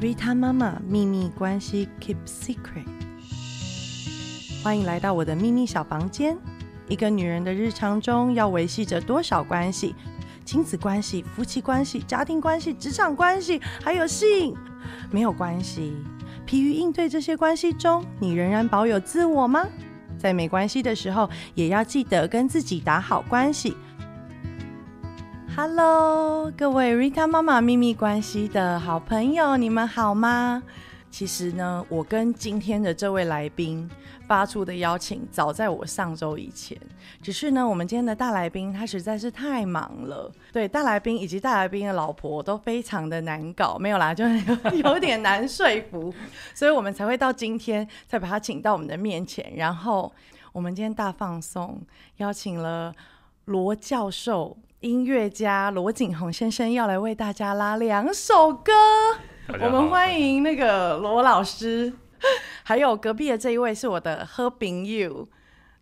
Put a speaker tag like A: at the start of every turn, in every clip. A: Rita 妈妈秘密关系 Keep Secret。欢迎来到我的秘密小房间。一个女人的日常中要维系着多少关系？亲子关系、夫妻关系、家庭关系、职场关系，还有性。没有关系，疲于应对这些关系中，你仍然保有自我吗？在没关系的时候，也要记得跟自己打好关系。Hello，各位 Rita 妈妈秘密关系的好朋友，你们好吗？其实呢，我跟今天的这位来宾发出的邀请，早在我上周以前。只是呢，我们今天的大来宾他实在是太忙了，对大来宾以及大来宾的老婆都非常的难搞，没有啦，就是 有有点难说服，所以我们才会到今天才把他请到我们的面前。然后我们今天大放送，邀请了罗教授。音乐家罗景宏先生要来为大家拉两首歌，
B: 大家
A: 我
B: 好
A: 们欢迎那个罗老师，还有隔壁的这一位是我的喝饼 you，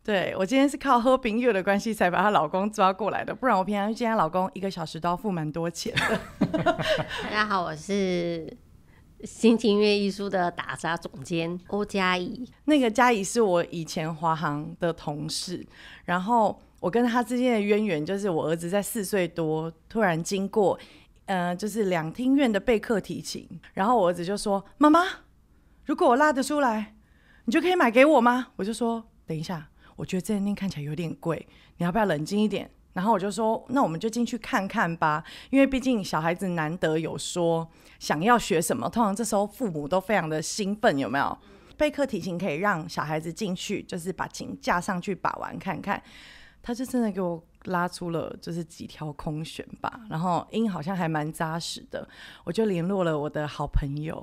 A: 对我今天是靠喝饼 you 的关系才把她老公抓过来的，不然我平常见她老公一个小时都要付蛮多钱的。
C: 大家好，我是新情乐艺术的打杂总监欧佳 怡。
A: 那个嘉怡是我以前华航的同事，然后我跟他之间的渊源就是我儿子在四岁多突然经过，呃，就是两厅院的备课提琴，然后我儿子就说：“妈妈，如果我拉得出来，你就可以买给我吗？”我就说：“等一下，我觉得这间店看起来有点贵，你要不要冷静一点？”然后我就说：“那我们就进去看看吧，因为毕竟小孩子难得有说想要学什么，通常这时候父母都非常的兴奋，有没有？”备课提琴可以让小孩子进去，就是把琴架上去把玩看看。他就真的给我拉出了就是几条空弦吧，然后音好像还蛮扎实的。我就联络了我的好朋友，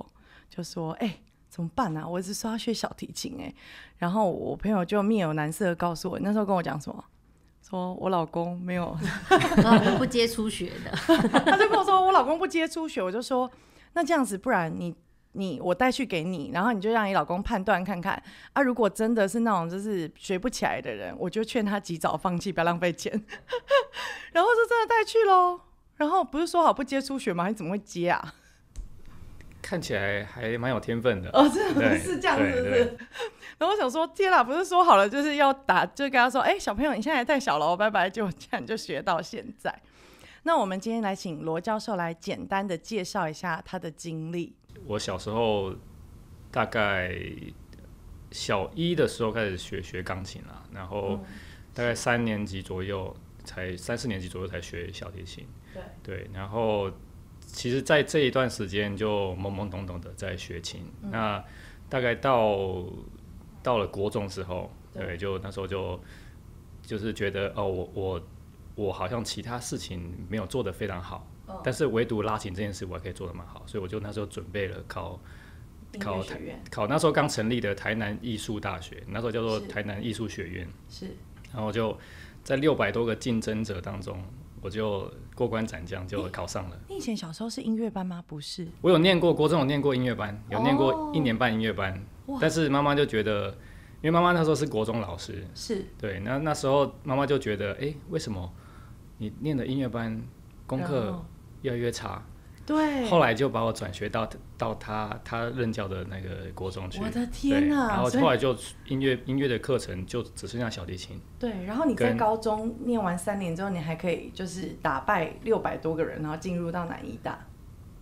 A: 就说：“哎、怎么办啊？我一直说要学小提琴哎、然后我朋友就面有难色的告诉我，那时候跟我讲什么？说我老公没有
C: 啊我不接初学的，
A: 他就跟我说我老公不接初学，我就说那这样子，不然你你我带去给你，然后你就让你老公判断看看啊。如果真的是那种就是学不起来的人，我就劝他及早放弃，不要浪费钱。 然后就真的带去喽。然后不是说好不接初学吗？你怎么会接啊？
B: 看起来还蛮有天分的。
A: 哦，真的
B: 对
A: 是这样，
B: 对
A: 是不
B: 对
A: 是？ 然后我想说，天啦，不是说好了就是要打，就跟他说，哎、小朋友，你现在太小了哦，拜拜。结果竟然就学到现在。那我们今天来请罗教授来简单的介绍一下他的经历。
B: 我小时候大概小一的时候开始学学钢琴啦，然后
A: 嗯
B: 大概三年级左右才三四年级左右才学小提琴。
A: 对
B: 然后其实，在这一段时间就懵懵懂懂的在学琴。
A: 嗯
B: 那大概到到了国中之后，
A: 对
B: 对，就那时候就就是觉得哦，我我我好像其他事情没有做得非常好，
A: 嗯
B: 但是唯独拉琴这件事我还可以做得蛮好，所以我就那时候准备了考考台
A: 院
B: 考那时候刚成立的台南艺术大学，那时候叫做
A: 是
B: 台南艺术学院，
A: 是
B: 然后就在六百多个竞争者当中，我就过关斩将就考上了。
A: 你以前小时候是音乐班吗？不是，
B: 我有念过国中，有念过音乐班，有念
A: 哦
B: 过一年半音乐班，但是妈妈就觉得，因为妈妈那时候是国中老师，
A: 是
B: 对，那那时候妈妈就觉得，诶，为什么你念的音乐班功
A: 然
B: 课
A: 后
B: 越来越差？
A: 对，
B: 后来就把我转学到到她她任教的那个国中去。
A: 我的天
B: 对
A: 呐！
B: 然后
A: 所以
B: 后来就音乐音乐的课程就只剩下小提琴，
A: 对，然后你在
B: 跟
A: 高中念完三年之后，你还可以就是打败六百多个人，然后进入到南医大。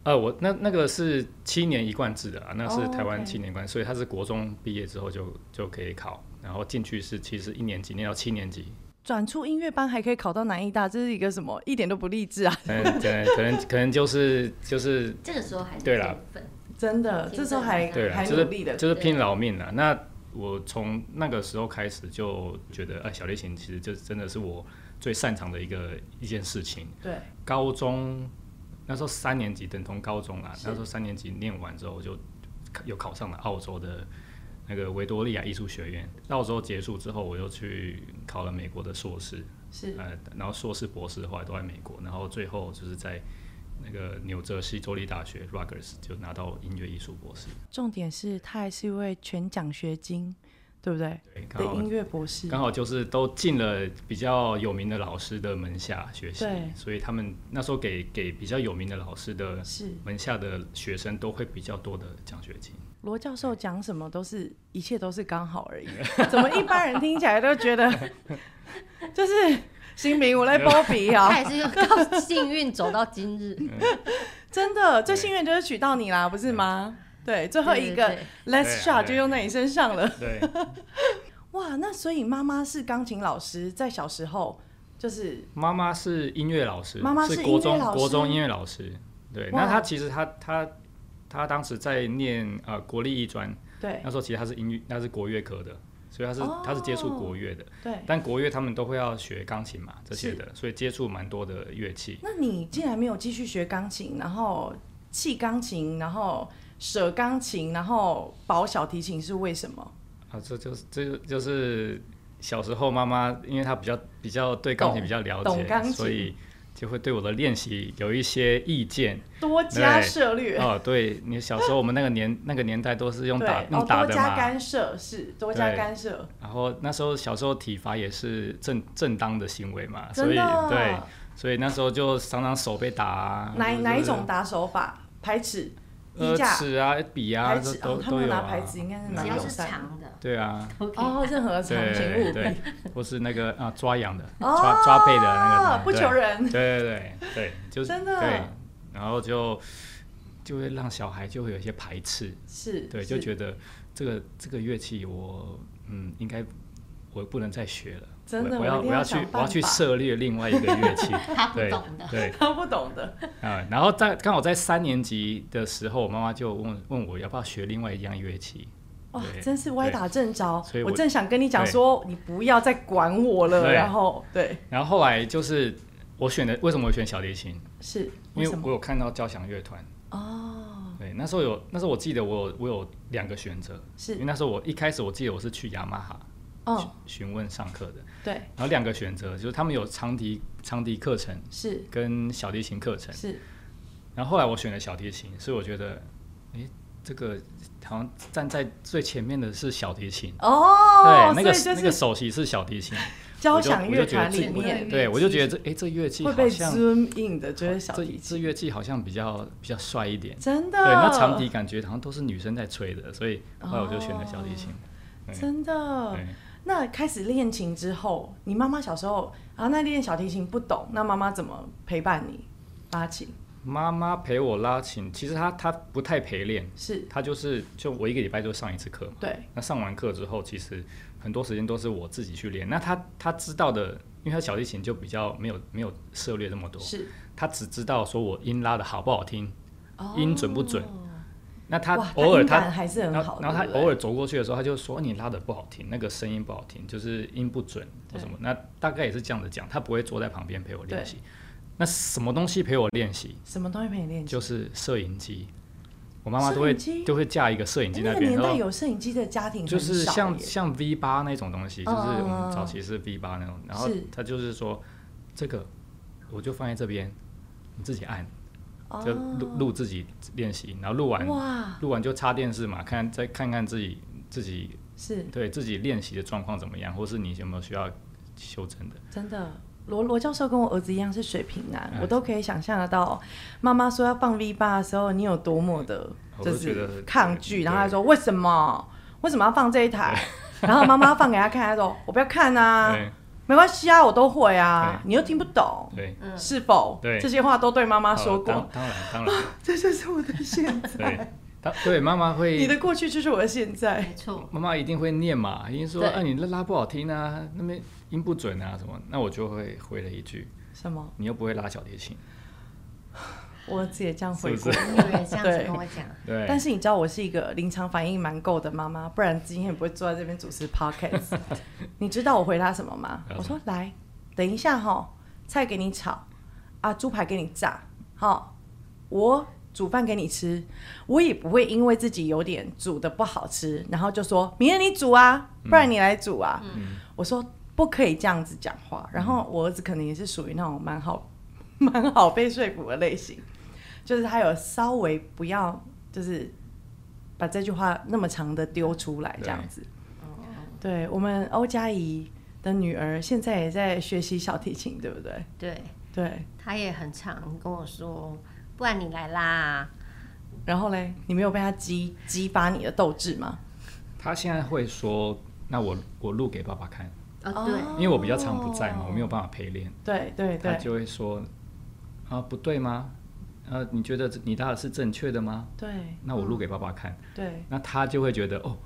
B: 呃，我那那个是七年一贯制的啊，那
A: 哦
B: 是台
A: ，OK
B: 湾七年一贯所以他是国中毕业之后就就可以考，然后进去是其实一年级念到七年 级，
A: 转出音乐班还可以考到南医大，这是一个什么？一点都不励志啊！
B: 可能可能可能可能就是就是
C: 这个时候还是
B: 对啦
C: 天分
A: 真 的，
C: 挺
A: 这时候还
C: 正常
B: 对啦，
A: 还
B: 就
A: 努力的
B: 是，就是拼老命了。那我从那个时候开始就觉得，哎、小提琴其实就真的是我最擅长的一个一件事情。
A: 对，
B: 高中那时候三年级等同高中啦，啊那时候三年级念完之后，我就考有考上了澳洲的那个维多利亚艺术学院。澳洲结束之后，我又去考了美国的硕士，
A: 是
B: 呃，然后硕士、博士后来都在美国，然后最后就是在那个纽泽西州立大学 Rutgers 就拿到音乐艺术博士。
A: 重点是他还是一位全奖学金对不对？
B: 对，
A: 的
B: 刚好
A: 音乐博士，
B: 刚好就是都进了比较有名的老师的门下学习
A: 对，
B: 所以他们那时候给给比较有名的老师的
A: 是
B: 门下的学生都会比较多的奖学金。
A: 罗教授讲什么都是一切都是刚好而已， 怎么一般人听起来都觉得 就是新民我来包庇啊
C: 他？也是靠幸运走到今日，
A: 真的，
B: 对
A: 最幸运就是娶到你啦，不是吗？对，最后一
C: 对
A: 个
C: 对
A: last
B: 对啊
A: shot 就用在你身上了。
B: 对，
A: 哇，那所以妈妈是钢琴老师，在小时候就是
B: 妈妈是音乐老师，
A: 妈妈是
B: 是
A: 音乐
B: 国中
A: 老师
B: 国中音乐老师。对，
A: 哇
B: 那他其实他他他当时在念呃国立艺专，
A: 对
B: 那时候其实他是音乐，他是国乐科的，所以他是、
A: 哦
B: 他是接触国乐的，
A: 对。
B: 但国乐他们都会要学钢琴嘛这些的，所以接触蛮多的乐器。
A: 那你竟然没有继续学钢琴，然后弃钢琴，然后舍钢琴，然后保小提琴是为什么？
B: 啊，这就是这就就是小时候妈妈，因为她比较比较对钢琴
A: 懂
B: 比较了
A: 懂钢
B: 解，
A: 琴
B: 所以就会对我的练习有一些意见。
A: 多加
B: 对
A: 涉 略。
B: 哦，对你小时候我们那个年那个年代都是用
A: 对，
B: 打
A: 哦，
B: 用打
A: 多
B: 的
A: 加
B: 嘛，
A: 干涉是多加
B: 对
A: 干涉，
B: 然后那时候小时候体罚也是正正当的行为嘛，啊所
A: 真
B: 以
A: 的。啊
B: 对，所以那时候就常常手被打啊，
A: 哪
B: 或者
A: 哪一
B: 是
A: 种打手法？排尺、衣
B: 呃
A: 架、
B: 尺啊、笔啊，
A: 牌
B: 这
A: 子
B: 都
A: 哦，他
B: 都
A: 们
B: 有
A: 拿
B: 啊。
A: 牌子应该是拿
C: 只要
A: 友
C: 是
A: 善。
C: 长的
B: 对啊，
C: 都可以
A: 哦，任何长情
B: 对
A: 物
B: 对，或是那个啊抓痒的、
A: 哦
B: 抓抓背的那个，
A: 啊不求人
B: 对对对对对，就是
A: 真的啊
B: 对，然后就就会让小孩就会有一些排斥，
A: 是，
B: 对，
A: 是
B: 就觉得这个这个乐器我嗯应该我不能再学了，
A: 真的
B: 我我
A: 我
B: 要
A: 一定
B: 我
A: 要
B: 要去
A: 想
B: 我要去
A: 办法
B: 涉猎另外一个乐 器，
C: 他不
B: 对
C: 懂的
B: 对
A: 他 不懂的，
B: 啊，然后在刚好在三年级的时候，我妈妈就问问我要不要学另外一样乐器，
A: 哇，
B: 对
A: 真是歪打正着
B: 所以。
A: 我
B: 我
A: 正想跟你讲
B: 对
A: 说，你不要再管我了。
B: 对
A: 然后，对，
B: 然后后来就是我选的为什么我选小提琴？
A: 是
B: 因
A: 为
B: 为
A: 什么？
B: 我有看到交响乐团，
A: 哦，
B: 对，那时候有，那时候我记得我有我有两个选择，因为
A: 是，
B: 那时候我一开始我记得我是去雅马哈询
A: 哦，
B: 询问上课的，
A: 对，
B: 然后两个选择就是他们有长笛长笛课程
A: 是
B: 跟小提琴课程，
A: 是，
B: 然后后来我选了小提琴，所以我觉得，诶，这个好像站在最前面的是小提琴，
A: 哦，
B: 对，那个、
A: 所以
B: 那
A: 就
B: 个
A: 是
B: 首席是小提琴，
A: 交
B: 我就
A: 响
B: 我
A: 乐
B: 就觉得
A: 团
B: 自
A: 里
B: 己
A: 面
B: 对我就觉得这诶，这乐器
A: 会
B: 好
A: 被
B: 像
A: zoom in 的，就是小
B: 这
A: 提琴，
B: 这乐器好像比较比较帅一点。
A: 真的。
B: 对，那长笛感觉好像都是女生在吹的，所以后来我就选了小提琴。对
A: 真的。
B: 对，
A: 那开始练琴之后，你妈妈小时候啊，那练小提琴不懂，那妈妈怎么陪伴你拉琴？
B: 妈妈陪我拉琴，其实她她不太陪练，
A: 是，
B: 她就是就我一个礼拜就上一次课嘛。
A: 对，
B: 那上完课之后，其实很多时间都是我自己去练。那她她知道的，因为她小提琴就比较没有没有涉猎这么多，
A: 是，
B: 她只知道说我音拉的好不好听，
A: 哦
B: 音准不准那她
A: 哇，
B: 偶尔
A: 音
B: 她
A: 感还是很
B: 然
A: 好
B: 后
A: 的，
B: 然后他
A: 对不对
B: 偶尔走过去的时候，他就说哦你拉的不好听，那个声音不好听，就是音不准或什么。那大概也是这样子讲，他不会坐在旁边陪我练习。那什么东西陪我练习？
A: 什么东西陪你练琴？
B: 就是摄影机，我妈妈都
A: 摄
B: 会
A: 影机
B: 都会架一个摄影机
A: 哎那个
B: 边，
A: 年
B: 然
A: 代
B: 后
A: 有摄影机的家庭很
B: 就是
A: 少
B: 像
A: 耶
B: 像 V 八那种东西，就是
A: 嗯嗯
B: 我
A: 嗯
B: 们早期是 V 八那种，然后
A: 是
B: 他就是说这个我就放在这边，你自己按，就录
A: 哦
B: 录自己练习，然后录完
A: 哇，
B: 录完就插电视嘛，看再看看自己自己
A: 是
B: 对自己练习的状况怎么样，或是你有没有需要修正的。
A: 真的。罗罗教授跟我儿子一样是水瓶男，
B: 哎
A: 我都可以想象得到，妈妈说要放 V 八的时候，你有多么的，
B: 我
A: 就
B: 都觉得
A: 是抗拒，
B: 对
A: 然后他说为什么？为什么要放这一台？ 然后妈妈放给他看，他说我不要看啊，
B: 对
A: 没关系啊，我都会啊，你又听不懂，
B: 对，
A: 是否？
B: 对
A: 这些话都对妈妈
B: 他
A: 说过，
B: 当然当然，
A: 这就是我的现
B: 对
A: 在，，
B: 他对妈妈
A: 你
B: 会，
A: 的过去就是我的现在。
C: 没错，
B: 妈妈一定会念嘛，一定说
C: 对
B: 啊你拉不好听啊，那边音不准啊什么，那我就会回了一句，
A: 什么？
B: 你又不会拉小提琴，
A: 我自己也这样回
B: 是
A: 过
B: 不。是？
C: 有人这样子跟我讲，
B: 对，
A: 但是你知道我是一个临场反应蛮够的妈妈，不然今天也不会坐在这边主持 podcast。你知道我回答什么吗？
B: 嗯
A: 我说来，等一下哈，菜给你炒，啊，猪排给你炸，好，我煮饭给你吃，我也不会因为自己有点煮的不好吃，然后就说明天你煮啊，不然你来煮啊。我说不可以这样子讲话。然后我儿子可能也是属于那种蛮好、 蛮好被说服的类型，就是他有稍微不要就是把这句话那么长的丢出来这样子。对我们欧佳怡的女儿现在也在学习小提琴，对不对？
C: 对，
A: 对，
C: 他也很常跟我说，不然你来啦。
A: 然后嘞，你没有被她激激发你的斗志吗？
B: 他现在会说，那我我录给爸爸看，
C: 哦，对，
B: 因为我比较常不在嘛，我没有办法陪练，
A: 对对
B: 他
A: 对，
B: 就会说，啊不对吗？呃、你觉得这你搭的是正确的吗？
A: 对
B: 那我录给爸爸看，
A: 对
B: 那他就会觉得哦，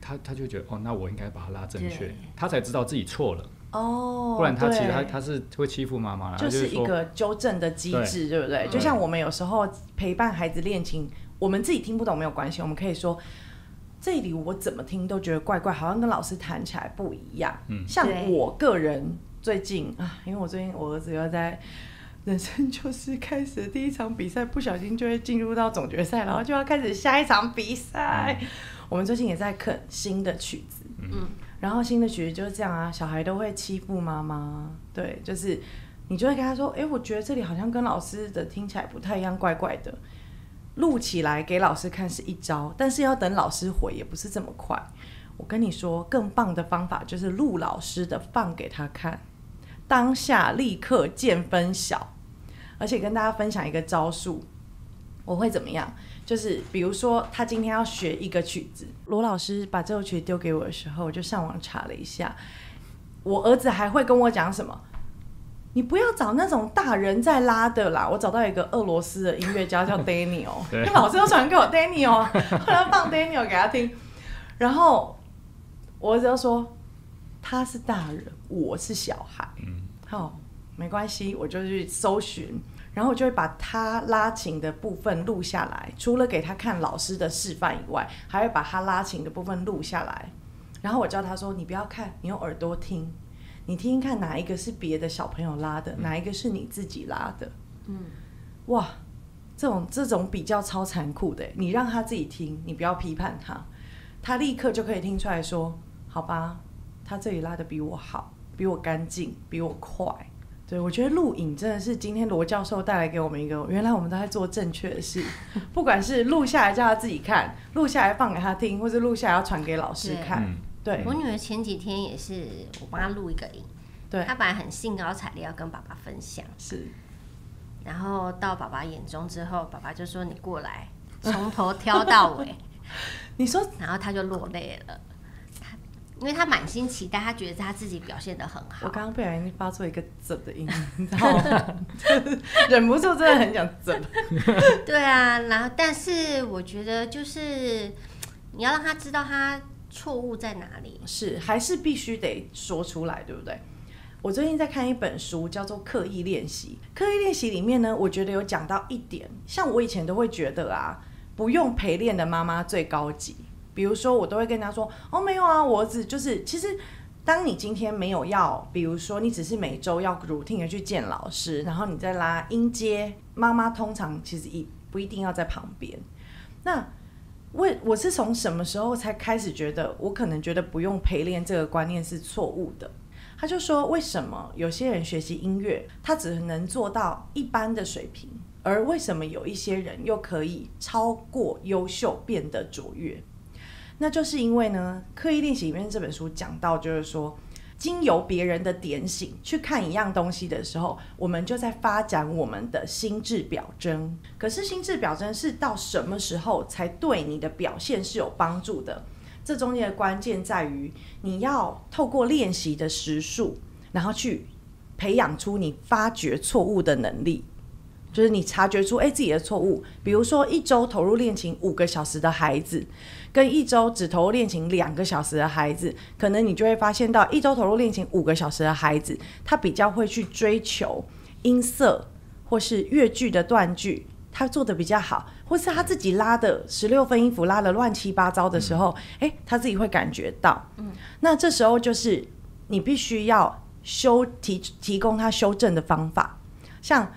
B: 他他就觉得哦，那我应该把他拉正确
C: 对，
B: 他才知道自己错了，
A: 哦，
B: 不然他其实他
A: 对
B: 他是会欺负妈妈啦，他
A: 就是一
B: 说
A: 个纠正的机制，对不对？就像我们有时候陪伴孩子练琴，我们自己听不懂没有关系，我们可以说这里我怎么听都觉得怪怪，好像跟老师弹起来不一样。嗯，像
C: 对
A: 我个人最近啊，因为我最近我儿子又在。人生就是开始第一场比赛，不小心就会进入到总决赛，然后就要开始下一场比赛。我们最近也在啃新的曲子，嗯，然后新的曲子就是这样啊，小孩都会欺负妈妈，对，就是你就会跟他说，哎、我觉得这里好像跟老师的听起来不太一样，怪怪的。录起来给老师看是一招，但是要等老师回也不是这么快。我跟你说，更棒的方法就是录老师的放给他看，当下立刻见分晓。而且跟大家分享一个招数，我会怎么样？就是比如说，他今天要学一个曲子，罗老师把这首曲丢给我的时候，我就上网查了一下，我儿子还会跟我讲什么？你不要找那种大人在拉的啦，我找到一个俄罗斯的音乐家叫 Daniel，
B: 对
A: 那老师都传给我 Daniel，后来放 Daniel 给他听，然后我儿子就说他是大人，我是小孩，好，没关系，我就去搜寻，然后我就会把他拉琴的部分录下来，除了给他看老师的示范以外，还会把他拉琴的部分录下来。然后我教他说：“你不要看，你用耳朵听，你听听看哪一个是别的小朋友拉的，哪一个是你自己拉的。”嗯，哇，这种这种比较超残酷的，你让他自己听，你不要批判他，他立刻就可以听出来说：“好吧，他这里拉的比我好，比我干净，比我快。”对，我觉得录影真的是今天罗教授带来给我们一个，原来我们都在做正确的 事，不管是录下来叫他自己看，录下来放给他听，或是录下来要传给老师看。
B: 嗯，
A: 对
C: 我女儿前几天也是，我帮她录一个影，
A: 对
C: 她本来很兴高采烈要跟爸爸分享，
A: 是，
C: 然后到爸爸眼中之后，爸爸就说你过来，从头挑到尾，
A: 你说
C: 然后她就落泪了。她因为她满心期待，她觉得她自己表现得很
A: 我
C: 好，
A: 刚刚不小心发出一个“啧”的音，你知道吗？ 忍不住真的很想“啧
C: 对啊，然后但是我觉得就是你要让她知道她错误在哪里”，，
A: 是还是必须得说出来，对不对？我最近在看一本书，叫做《刻意练习》。刻意练习里面呢，我觉得有讲到一点，像我以前都会觉得啊，不用陪练的妈妈最高级。比如说，我都会跟他说：“哦，没有啊，我儿子就是其实。”当你今天没有要，比如说你只是每周要 routine 的去见老师，然后你再拉音阶，妈妈通常其实一不一定要在旁边。那我我是从什么时候才开始觉得我可能觉得不用陪练这个观念是错误的？他就说，为什么有些人学习音乐，他只能做到一般的水平，而为什么有一些人又可以超过优秀，变得卓越？那就是因为呢，《刻意练习》里面这本书讲到，就是说，经由别人的点醒去看一样东西的时候，我们就在发展我们的心智表征。可是心智表征是到什么时候才对你的表现是有帮助的？这中间的关键在于你要透过练习的时数，然后去培养出你发掘错误的能力。就是你察觉出哎、自己的错误，比如说一周投入练琴五个小时的孩子，跟一周只投入练琴两个小时的孩子，可能你就会发现到一周投入练琴五个小时的孩子，他比较会去追求音色或是乐句的断句，他做的比较好，或是他自己拉的十六分音符拉的乱七八糟的时候，诶，他自己会感觉到。嗯，那这时候就是你必须要修提提供他修正的方法，像。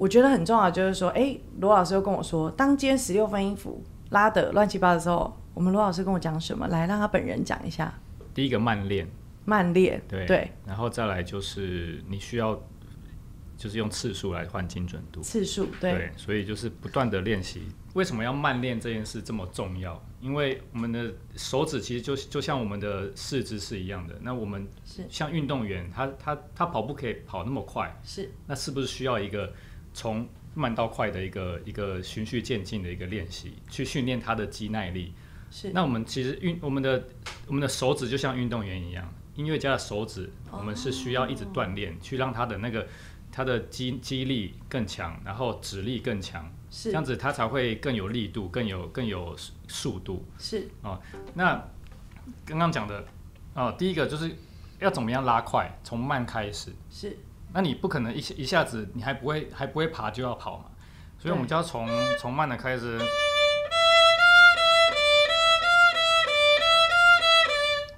A: 我觉得很重要，就是说，诶，罗老师又跟我说，当今天十六分音符拉的乱七八糟的时候，我们罗老师跟我讲什么？来，让他本人讲一下
B: 第一个慢练，
A: 慢练。
B: 对
A: 对
B: 然后再来就是你需要就是用次数来换精准度。
A: 次数对，
B: 对，所以就是不断的练习。为什么要慢练这件事这么重要？因为我们的手指其实就就像我们的四肢是一样的。那我们
A: 是
B: 像运动员，他他他跑步可以跑那么快，
A: 是
B: 那是不是需要一个从慢到快的一个一个循序渐进的一个练习，去训练他的肌耐力？
A: 是
B: 那我们其实运我们的我们的手指就像运动员一样，音乐家的手指，
A: 哦
B: 我们是需要一直锻炼，去让他的那个他的肌肌力更强，然后指力更强，这
A: 是
B: 样子他才会更有力度，更有更有速速度。
A: 是
B: 那刚刚讲的，呃，第一个就是要怎么样拉快，从慢开始。
A: 是
B: 那你不可能一下一下子你还不会还不会爬就要跑嘛，所以我们就要从从慢的开始。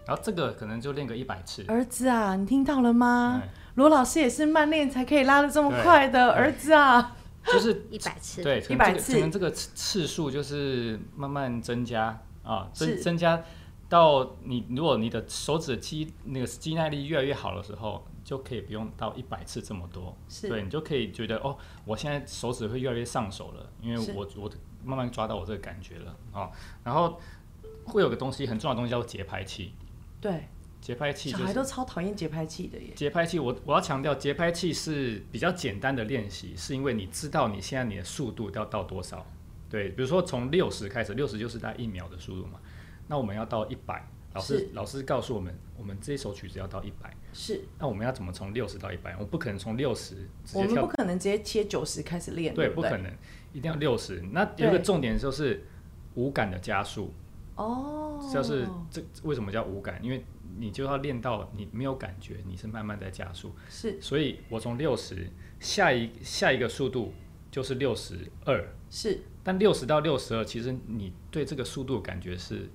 B: 然后这个可能就练个一百次，
A: 儿子啊，你听到了吗
B: 哎？
A: 罗老师也是慢练才可以拉的这么
B: 对
A: 快的，
B: 对
A: 儿子啊，
B: 就是
C: 一百次，
B: 对，可能
A: 100
B: 这个
A: 次
B: 可能这个次次数就是慢慢增加啊，增
A: 是
B: 增加到你如果你的手指的肌那个肌耐力越来越好的时候，就可以不用到一百次这么多，
A: 是
B: 对你就可以觉得哦，我现在手指会越来越上手了，因
A: 是
B: 为我我慢慢抓到我这个感觉了啊，然后会有个东西很重要的东西叫做节拍器，
A: 对，
B: 节拍器
A: 小
B: 就
A: 孩
B: 是
A: 都超讨厌节拍器的耶，
B: 节拍器，我我要强调，节拍器是比较简单的练习，是因为你知道你现在你的速度要到多少。对，比如说从六十开始，六十就是大概一秒的速度嘛。那我们要到一百，老
A: 是
B: 师老师告诉我们，我们这首曲子要到一百，
A: 是
B: 那我们要怎么从六十到一百？我不可能从六十直
A: 我
B: 接
A: 们
B: 跳
A: 不可能直接切九十开始练，
B: 对，
A: 不
B: 不
A: 对
B: 可能，一定要六十。那有一个
A: 对
B: 重点就是无感的加速，
A: 哦，
B: 就是这为什么叫无感？因为你就要练到你没有感觉，你是慢慢在加速。
A: 是
B: 所以我从六十下一下一个速度就是六十二，
A: 是
B: 但六十到六十二，其实你对这个速度感觉是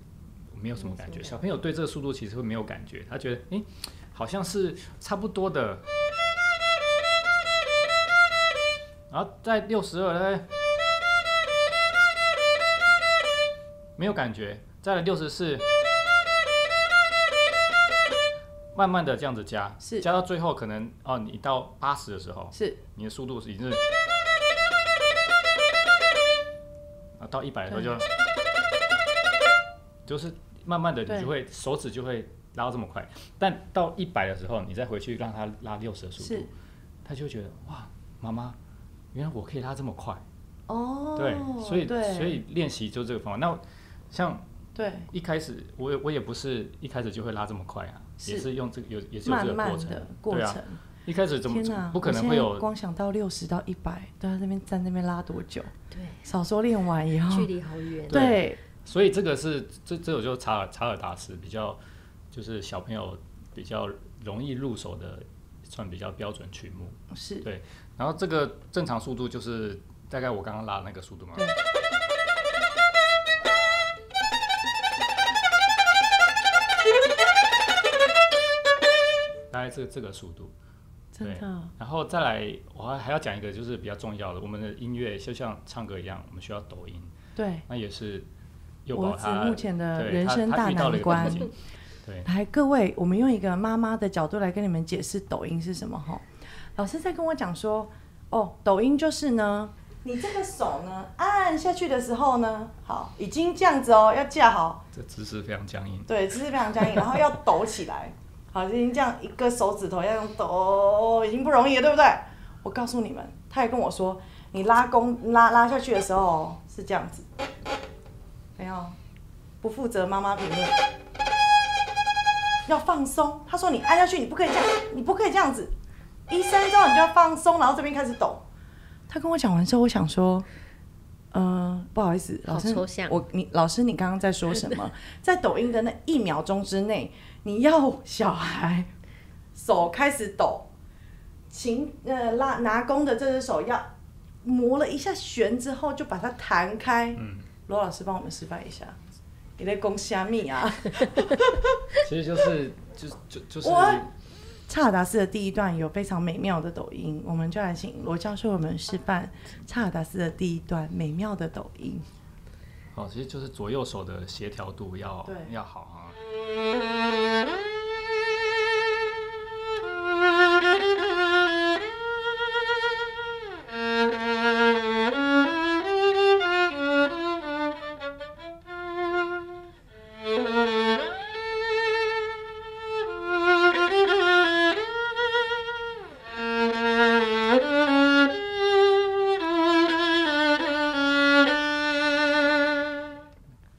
B: 没有什么感觉。小朋友对这个速度其实会没有感觉，他觉得诶好像是差不多的。然后在六十二呢，没有感觉。再来六十四，慢慢的这样子加，
A: 是
B: 加到最后可能哦，你到八十的时候，
A: 是
B: 你的速度是已经是啊到一百的时候就就是慢慢的
A: 对
B: 你就会手指就会拉到这么快，但到一百的时候你再回去让它拉六十的速
A: 是
B: 度，他就觉得哇妈妈原来我可以拉这么快，
A: 哦，
B: 对，所以
A: 对
B: 所以练习就这个方法。那像
A: 对
B: 一开始我也我也不是一开始就会拉这么快啊，
A: 是
B: 也是用这个有也是有
A: 慢
B: 这个
A: 慢
B: 过程
A: 的，过
B: 对
A: 程
B: 啊，，一开始怎么
A: 天哪，
B: 不可
A: 我
B: 能
A: 现
B: 会
A: 在
B: 有
A: 光想到六十到一百，都在那边站那边拉多久？
C: 对，
A: 少说练完以后
C: 距，离好远，
B: 对
A: 对
B: 所以这个是这这种就查尔查尔达斯比较，就是小朋友比较容易入手的，算比较标准曲目。
A: 是
B: 然后这个正常速度就是大概我刚刚拉那个速度嘛
A: 对。
B: 大概这这个速度，
A: 真
B: 对
A: 的啊
B: 然后再来，我还还要讲一个就是比较重要的，我们的音乐就像唱歌一样，我们需要抖音，
A: 对。
B: 那也是幼
A: 我
B: 保
A: 儿子
B: 他
A: 目前的
B: 对
A: 人
B: 他
A: 生
B: 他
A: 大
B: 遇
A: 难
B: 到了一个瓶
A: 关
B: 颈 对，
A: 来，各位，我们用一个妈妈的角度来跟你们解释抖音是什么哈。老师在跟我讲说，哦，抖音就是呢，你这个手呢按下去的时候呢，好，已经这样子哦，要架好，
B: 这姿势非常僵硬。
A: 对，姿势非常僵硬，然后要抖起来，好，已经这样一个手指头要用抖，已经不容易了，对不对？我告诉你们，他也跟我说，你拉弓拉拉下去的时候哦是这样子，没有，不负责妈妈评论，要放松。他说你按下去，你不可以这样，你不可以这样子，一伸之后你就要放松，然后这边开始抖。他跟我讲完之后，我想说。呃，不好意思，老师，
C: 好抽象
A: 我你老师，你刚刚在说什 么？在抖音的那一秒钟之内，你要小孩手开始抖，琴呃拉拿弓的这只手要磨了一下弦之后，就把它弹开。罗老师帮我们示范一下，你在弓虾米 啊？
B: 其实就是就就就是
A: 我查尔达斯的第一段有非常美妙的抖音，我们就来请罗教授我们示范查尔达斯的第一段美妙的抖音。
B: 哦，其实就是左右手的协调度要
A: 对
B: 要好啊。
D: Thank you.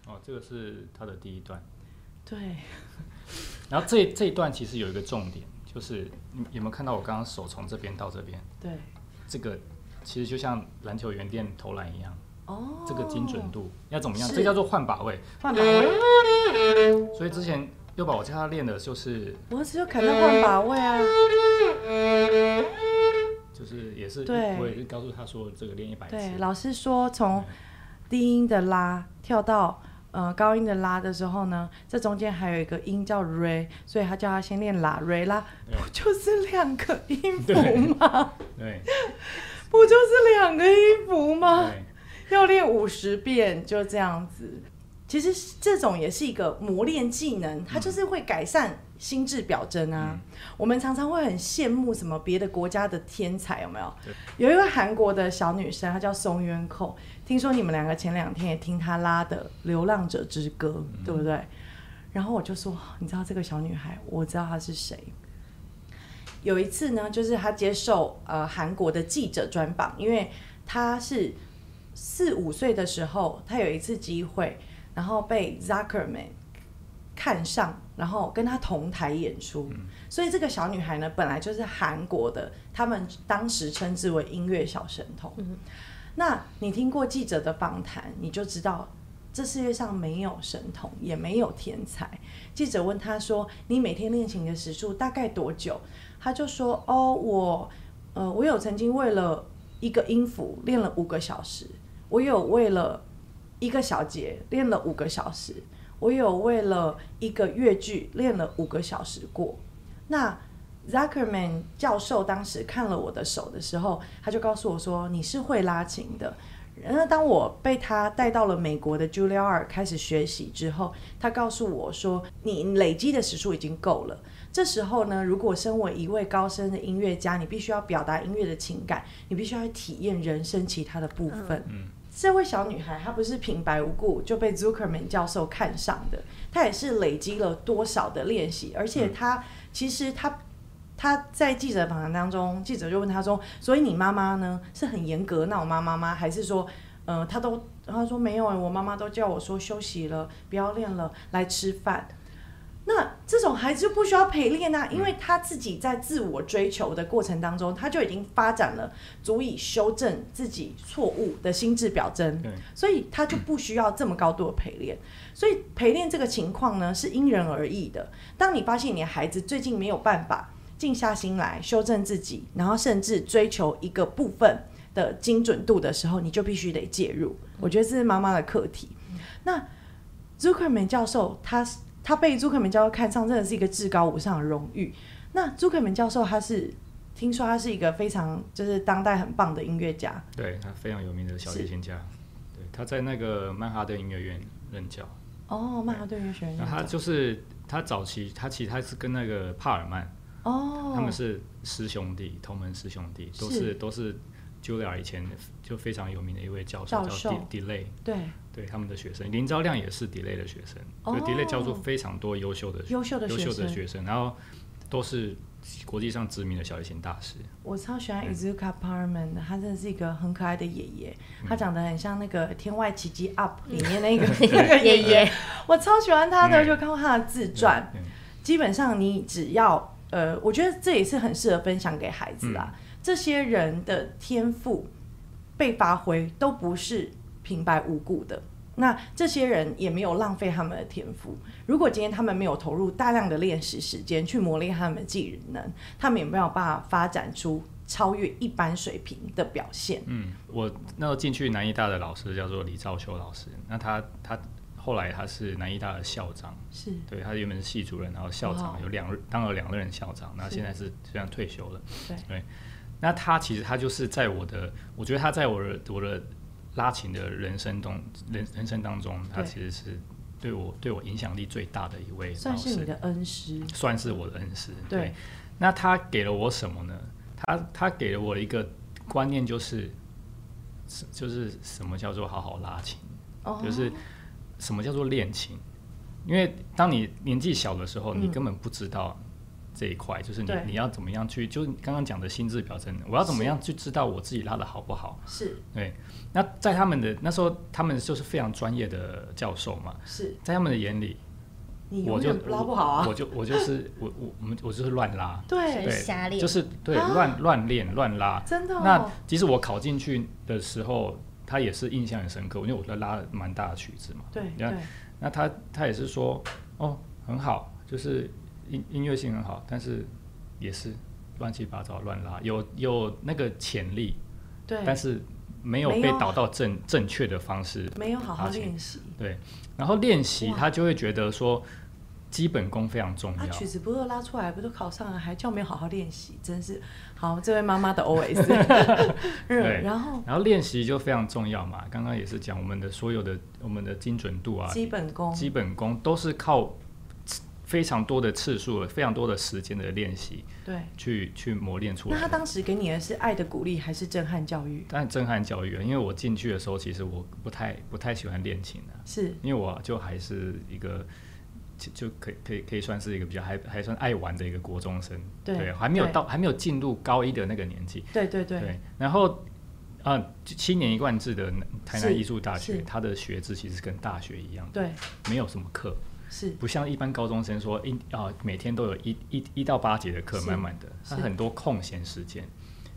B: 哦个是它的第一段。
A: 对，
B: 然后这这一段其实有一个重点，就是你有没有看到我刚刚手从这边到这边，
A: 对，
B: 这个其实就像篮球原店投篮一样，
A: 哦
B: 这个精准度要怎么样？
A: 是
B: 这叫做换把位。
A: 换把位，
B: 所以之前六宝我教他练的就是
A: 我只有砍到换把位啊，
B: 就是也是
A: 对
B: 我也是告诉他说这个练一百次，
A: 对， 老师说从低音的拉跳到呃高音的拉的时候呢，这中间还有一个音叫 re，所以他叫他先练拉 re 拉，
B: 对
A: 不就是两个音符
B: 对
A: 吗？
B: 对
A: 不就是两个音符吗？
B: 对
A: 要练五十遍，就这样子。其实这种也是一个磨练技能，它就是会改善心智表征啊。我们常常会很羡慕什么别的国家的天才，有没有？有一位韩国的小女生，她叫松渊扣。听说你们两个前两天也听她拉的《流浪者之歌》，对不对？然后我就说，你知道这个小女孩，我知道她是谁。有一次呢，就是她接受呃韩国的记者专访，因为她是四五岁的时候，她有一次机会，然后被 Zuckerman 看上，然后跟她同台演出。所以这个小女孩呢，本来就是韩国的，他们当时称之为音乐小神童。那你听过记者的访谈，你就知道这世界上没有神童，也没有天才。记者问他说：“你每天练琴的时数大概多久？”他就说：“哦，我呃，我有曾经为了一个音符练了五个小时，我有为了一个小节练了五个小时，我有为了一个乐句练了五个小时过。”那 Zuckerman 教授当时看了我的手的时候，他就告诉我说：“你是会拉琴的。”那当我被他带到了美国的 Juilliard 开始学习之后，他告诉我说：“你累积的时数已经够了。”这时候呢，如果身为一位高深的音乐家，你必须要表达音乐的情感，你必须要去体验人生其他的部分。这位小女孩她不是平白无故就被 Zuckerman 教授看上的，她也是累积了多少的练习，而且她、其实她她在记者访谈当中，记者就问她说：“所以你妈妈呢是很严格那种妈妈吗？还是说，呃，她都她说没有、欸，我妈妈都叫我说休息了，不要练了，来吃饭。”那这种孩子就不需要陪练啊，因为他自己在自我追求的过程当中，他就已经发展了足以修正自己错误的心智表征
B: 对，
A: 所以他就不需要这么高度的陪练。所以陪练这个情况呢，是因人而异的。当你发现你的孩子最近没有办法静下心来修正自己，然后甚至追求一个部分的精准度的时候，你就必须得介入。我觉得这是妈妈的课题。那 Zuckerman 教授他他被朱克明教授看上，真的是一个至高无上的荣誉。那朱克明教授他是听说他是一个非常就是当代很棒的音乐家，
B: 对，他非常有名的小提琴家，对，他在那个曼哈顿音乐院任教，
A: 哦，曼哈顿音乐学院
B: 然后他就是他早期他其实他是跟那个帕尔曼。
A: 哦，
B: 他们是师兄弟，同门师兄弟，都
A: 是
B: 是都是 Julia 以前就非常有名的一位教授
A: 教授
B: 叫 D- Delay，
A: 对
B: 对他们的学生，林昭亮也是 Delay 的学生，
A: 哦
B: 就 Delay 教出非常多优秀的
A: 优秀的
B: 优秀
A: 学
B: 的
A: 生，
B: 学生，然后都是国际上知名的小提琴大师，
A: 我超喜欢
B: 嗯
A: Izuka Parman 的，他真的是一个很可爱的爷爷，
B: 嗯
A: 他长得很像那个《天外奇迹 Up》里面 那个那个
C: 爷
A: 爷爷，
C: 爷，
A: 我超喜欢他的，
B: 嗯
A: 就看过他的自传，
B: 对，嗯对
A: 基本上你只要呃，我觉得这也是很适合分享给孩子
B: 嗯
A: 啦。这些人的天赋被发挥都不是平白无故的。那这些人也没有浪费他们的天赋。如果今天他们没有投入大量的练习时间去磨练他们的技能，他们也没有办法发展出超越一般水平的表现。
B: 嗯，我那时候进去南医大的老师叫做李兆修老师，那他他后来他是南医大的校长。
A: 是
B: 对他原本是系主任，然后校
A: 哇
B: 长有两任当了两任校长，那
A: 哦是
B: 现在是虽然退休了，
A: 对
B: 那他其实他就是在我的，我觉得他在我的我的拉琴的人生中人人生当中，他
A: 对
B: 其实是对我对我影响力最大的一位老
A: 算是你
B: 师，
A: 的恩师，
B: 算是我的恩师。
A: 对
B: 那他给了我什么呢？他他给了我一个观念，就是是就是什么叫做好好拉琴。
A: 哦
B: 就是什么叫做恋情？因为当你年纪小的时候，你根本不知道这一块，就是你
A: 嗯对
B: 你要怎么样去，就是你刚刚讲的心智表征，我要怎么
A: 是
B: 样去知道我自己拉的好不好？
A: 是
B: 对，那在他们的那时候，他们就是非常专业的教授嘛，
A: 是，
B: 在他们的眼里，
A: 你永
B: 我就
A: 远拉不好啊
B: 我，就我就是我我我们我就是乱拉，
A: 对，
C: 是瞎
B: 对，
C: 练
B: 就是对
A: 啊
B: 乱乱练乱拉，
A: 真的、
B: 那
A: 哦，
B: 即使我考进去的时候，他也是印象很深刻，因为我在拉了蛮大的曲子嘛。
A: 对
B: 你看
A: 对
B: 那他他也是说，哦，很好，就是音音乐性很好，但是也是乱七八糟乱拉，有有那个潜力，但
A: 对，
B: 是没有
A: 没有
B: 被导到正正确的方式。
A: 没有好好
B: 而且
A: 练习
B: 然后练习，
A: 哇
B: 他就会觉得说，基本功非常重要
A: 啊，。曲子不都拉出来，不都考上了，还叫没有好好练习，真是好，这位妈妈的 OS，
B: 对
A: 嗯，然后
B: 然后练习就非常重要嘛，刚刚也是讲我们的所有的我们的精准度啊，
A: 基本功
B: 基本功都是靠非常多的次数、非常多的时间的练习
A: 对。
B: 去去磨练出
A: 那
B: 来
A: 他
B: 的。
A: 当时给你的是爱的鼓励，还是震撼教育？
B: 但震撼教育啊，因为我进去的时候，其实我不太不太喜欢练琴的、
A: 是
B: 因为我就还是一个就就可以可以可以算是一个比较还还算爱玩的一个国中生，
A: 对
B: 还没有
A: 对
B: 到还没有进入高一的那个年纪，
A: 对对对，
B: 然后。啊，就七年一贯制的台南
A: 是
B: 艺术大学
A: 是，
B: 它的学制其实跟大学一样，
A: 对
B: 没有什么课，
A: 是
B: 不像一般高中生说一啊每天都有一一一到八节的课，
A: 是
B: 满满的，
A: 是
B: 他很多空闲时间，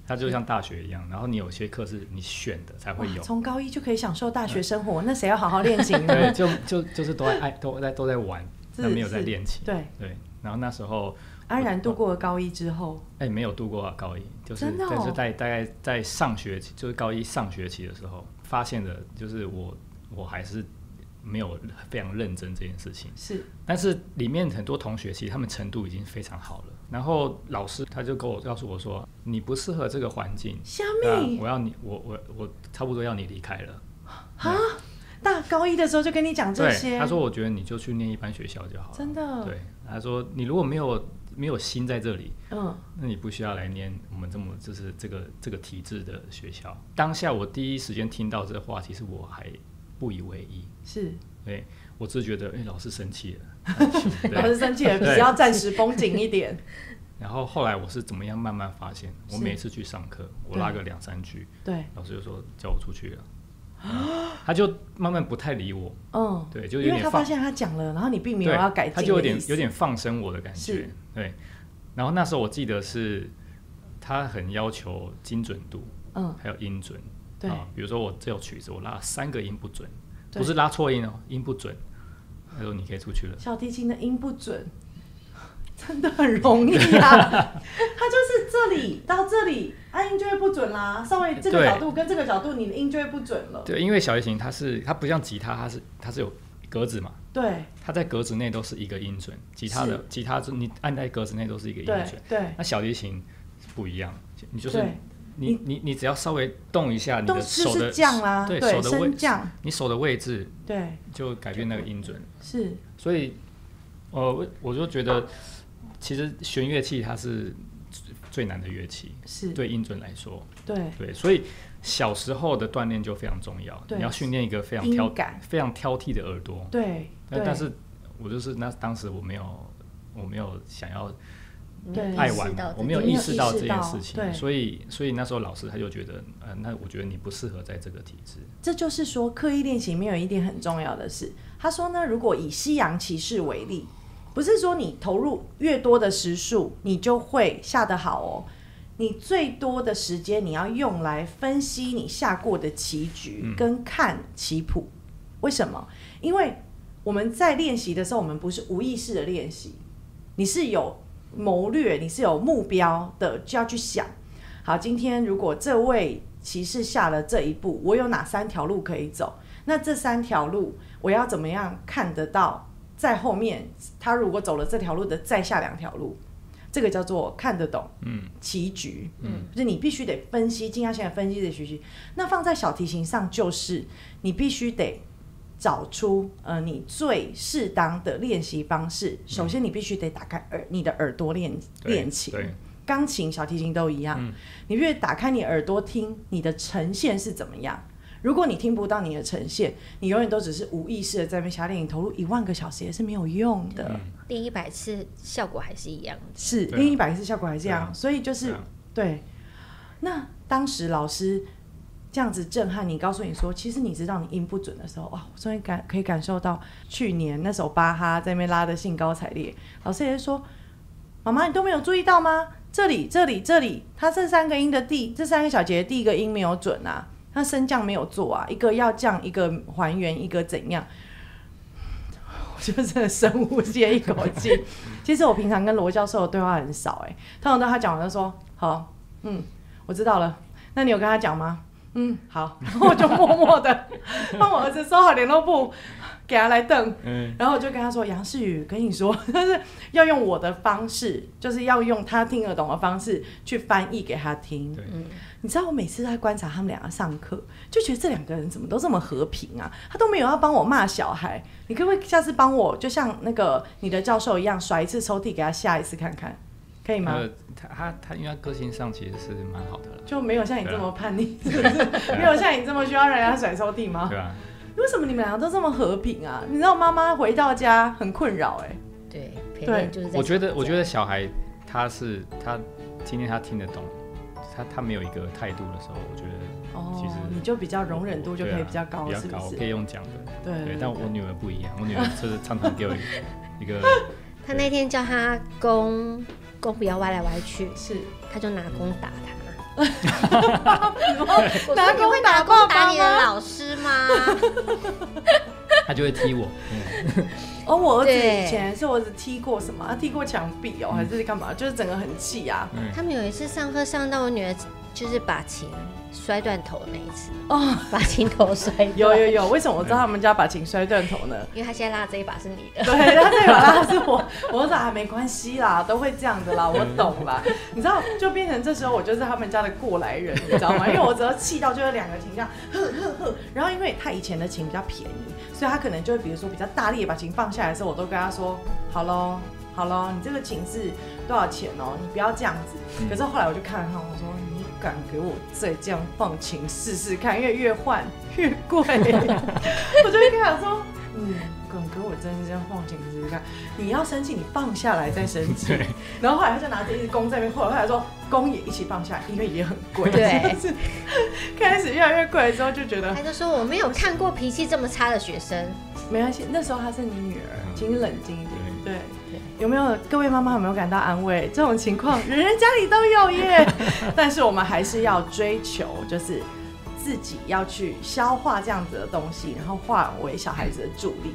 B: 他就像大学一样，然后你有些课是你选的才
A: 哇
B: 会有，
A: 从高一就可以享受大学生活，那谁要好好练琴呢？
B: 对，就就就是都在爱都在都在玩，
A: 是
B: 那没有在练琴，
A: 对，
B: 对，然后那时候
A: 安然度过了高一之后，
B: 哎没有度过高一，就是
A: 真的哦
B: 但是在大概在上学期就是高一上学期的时候发现的，就是我我还是没有非常认真这件事情。
A: 是
B: 但是里面很多同学其实他们程度已经非常好了，然后老师他就跟我告诉我说，你不适合这个环境，
A: 虾
B: 那
A: 米
B: 我要你，我我我差不多要你离开了。
A: 啊，大高一的时候就跟你讲这
B: 对，
A: 些，
B: 他说我觉得你就去念一般学校就好了。
A: 真的，
B: 对，他说你如果没有没有心在这里，
A: 嗯，
B: 那你不需要来念我们这么就是这个这个体制的学校。当下我第一时间听到这话，其实我还不以为意，
A: 是
B: 对我只是觉得哎、老师生气了。
A: 老师生气了，
B: 对
A: 只要暂时绷紧一点，
B: 然后后来我是怎么样慢慢发现，我
A: 是
B: 每次去上课，我
A: 对
B: 拉个两三句，
A: 对，
B: 老师就说叫我出去了，嗯他就慢慢不太理我，
A: 嗯，
B: 对，就有
A: 因为
B: 点
A: 他
B: 放
A: 发，现他讲了，然后你并没有
B: 对
A: 要改，进，
B: 他就有点有，点放生我的感觉
A: 是，
B: 对。然后那时候我记得是他很要求精准度，
A: 嗯，
B: 还有音准，
A: 对
B: 啊，比如说我这首曲子我拉了三个音不准，
A: 对
B: 不是拉错音哦，音不准，他说你可以出去了。
A: 小提琴的音不准， 真的很容易啊。 它就是这里到这里，按、音就会不准啦。稍微这个
B: 对
A: 角度跟这个角度，你的音就会不准了。
B: 对，因为小提琴它是它不像吉他，它是它是有格子嘛，
A: 对
B: 它在格子内都是一个音准，吉他的吉他是你按在格子内都是一个音
A: 对
B: 准。
A: 对，
B: 那小提琴是不一样，你就是
A: 对
B: 你你你只要稍微动一下你
A: 都
B: 的
A: 是
B: 手
A: 是
B: 的
A: 降啦，
B: 对
A: 对
B: 手的位
A: 升降，
B: 你手的位置
A: 对
B: 就改变那个音准，
A: 是
B: 所以呃我我就觉得其实弦乐器它是最最难的乐器，
A: 是，
B: 对音准来说，
A: 对
B: 对，所以小时候的锻炼就非常重要，
A: 对
B: 你要训练一个非常
A: 音
B: 挑
A: 感
B: 非常挑剔的耳朵，
A: 对
B: 但
A: 对，
B: 但是我就是那当时我没有我没有想要
A: 对
B: 爱玩嘛，我没有
A: 没
B: 意
A: 有
B: 识
A: 意
B: 到
A: 识
B: 这件
A: 到
B: 事情，
A: 对
B: 所以所以那时候老师他就觉得，呃，那我觉得你不适合在这个体制，
A: 这就是说，刻意练习没有一点很重要的事。他说呢，如果以西洋骑士为例，不是说你投入越多的时数，你就会下得好哦。你最多的时间你要用来分析你下过的棋局跟看棋谱，为什么？因为我们在练习的时候，我们不是无意识的练习，你是有谋略，你是有目标的，就要去想。好，今天如果这位骑士下了这一步，我有哪三条路可以走？那这三条路我要怎么样看得到？在后面他如果走了这条路的，再下两条路，这个叫做看得懂。嗯，棋局，嗯，就是你必须得分析，静下心来分析的学习。那放在小提琴上，就是你必须得找出呃你最适当的练习方式。首先，你必须得打开耳你的耳朵练
B: 对
A: 练琴。
B: 对
A: 钢
B: 嗯
A: 琴、小提琴都一样，你越打开你耳朵听，你的呈现是怎么样，如果你听不到你的呈现，你永远都只是无意识的在那边瞎练，你投入一万个小时也是没有用的。
D: 练一百次效果还是一样的。
A: 是
B: 嗯对啊
A: 练一百次效果还是这样，
B: 对啊
A: 所以就是
B: 对啊
A: 对。那当时老师这样子震撼你，告诉你说，其实你知道你音不准的时候，哇，我终于感可以感受到去年那首巴哈在那边拉的兴高采烈，老师也是说，妈妈你都没有注意到吗？这里这里这里，它这三个音的第这三个小节的第一个音没有准啊，它升降没有做啊，一个要降，一个还原，一个怎样？ 我就真的深呼吸了一口气，其实我平常跟罗教授的对话很少、欸，哎，通常都他讲完就说好，嗯，我知道了。那你有跟他讲吗？嗯，好。 然后我就默默的 帮我儿子收好联络簿，给他来瞪。
B: 嗯，
A: 然后我就跟他说：“杨世宇，跟你说， 但是要用我的方式，就是要用他听得懂的方式去翻译给他听。
B: 对，
A: 你知道我每次在观察他们两个上课，就觉得这两个人怎么都这么和平啊？他都没有要帮我骂小孩，你可不可以下次帮我，就像那个你的教授一样，甩一次抽屉给他下一次看看，可以吗？
B: 呃，他他他，因为他个性上其实是蛮好的啦，
A: 就没有像你这么叛逆，是不是？没有像你这么需要人家甩抽屉吗
B: 对？吧？
A: 为什么你们两个都这么和平啊？你知道妈妈回到家很困扰哎、
D: 对，陪
A: 对
D: 练就是在
B: 我觉得，
D: 吵
B: 我觉
D: 架
B: 得小孩他是他今天他听得懂，他他没有一个态度的时候，我觉得
A: 哦
B: 其实，
A: 你就比较容忍度就可
B: 对
A: 以
B: 啊
A: 比较高，
B: 比较
A: 是不
B: 高，
A: 是？嗯
B: 可以用讲的。
A: 对
B: 对，但我女儿不一样，我女儿就是常常给我一一个，
D: 他那天叫他弓弓不要歪来歪去，
A: 是
D: 他就拿弓打他。 我
A: 拿
D: 说
A: 弓
D: 你会拿弓打你的老师吗？
B: 她就会踢我。嗯
A: 哦，我儿子
D: 对
A: 以前是我儿子踢过什么？他踢过墙壁哦，还是干嘛？就是整个很气啊。
B: 嗯，
D: 他们有一次上课上到我女儿就是把琴摔断头那一次，
A: 哦，
D: 把琴头摔断。
A: 有有有，为什么我知道他们家把琴摔断头呢？
D: 因为他现在拉的这一把是你的，
A: 对，他这把拉是我，我就说啊，没关系啦，都会这样的啦，我懂啦。你知道，就变成这时候我就是他们家的过来人，你知道吗？因为我只要气到就是两个琴这样，呵呵呵。然后因为他以前的琴比较便宜，所以他可能就会比如说比较大力地把琴放下来的时候，我都跟他说，好喽。好喽，你这个琴是多少钱哦？你不要这样子。可是后来我就看了他，我说你敢给我再这样放琴试试看，因为越换 越贵。我就会跟他说，嗯，耿哥，我真的这样晃镜子看，你要生气，你放下来再生气。然后后来他就拿着一支弓在那边晃，后来说弓也一起放下，因为也很贵。
D: 对
A: 就是 开始越来越贵的时候就觉得
D: 他就说我没有看过脾气这么差的学生。
A: 没关系，那时候她是你女儿，
B: 嗯
A: 请你冷静一点。对，有没有各位妈妈有没有感到安慰？这种情况人人家里都有耶，但是我们还是要追求，就是自己要去消化这样子的东西，然后化为小孩子的助力。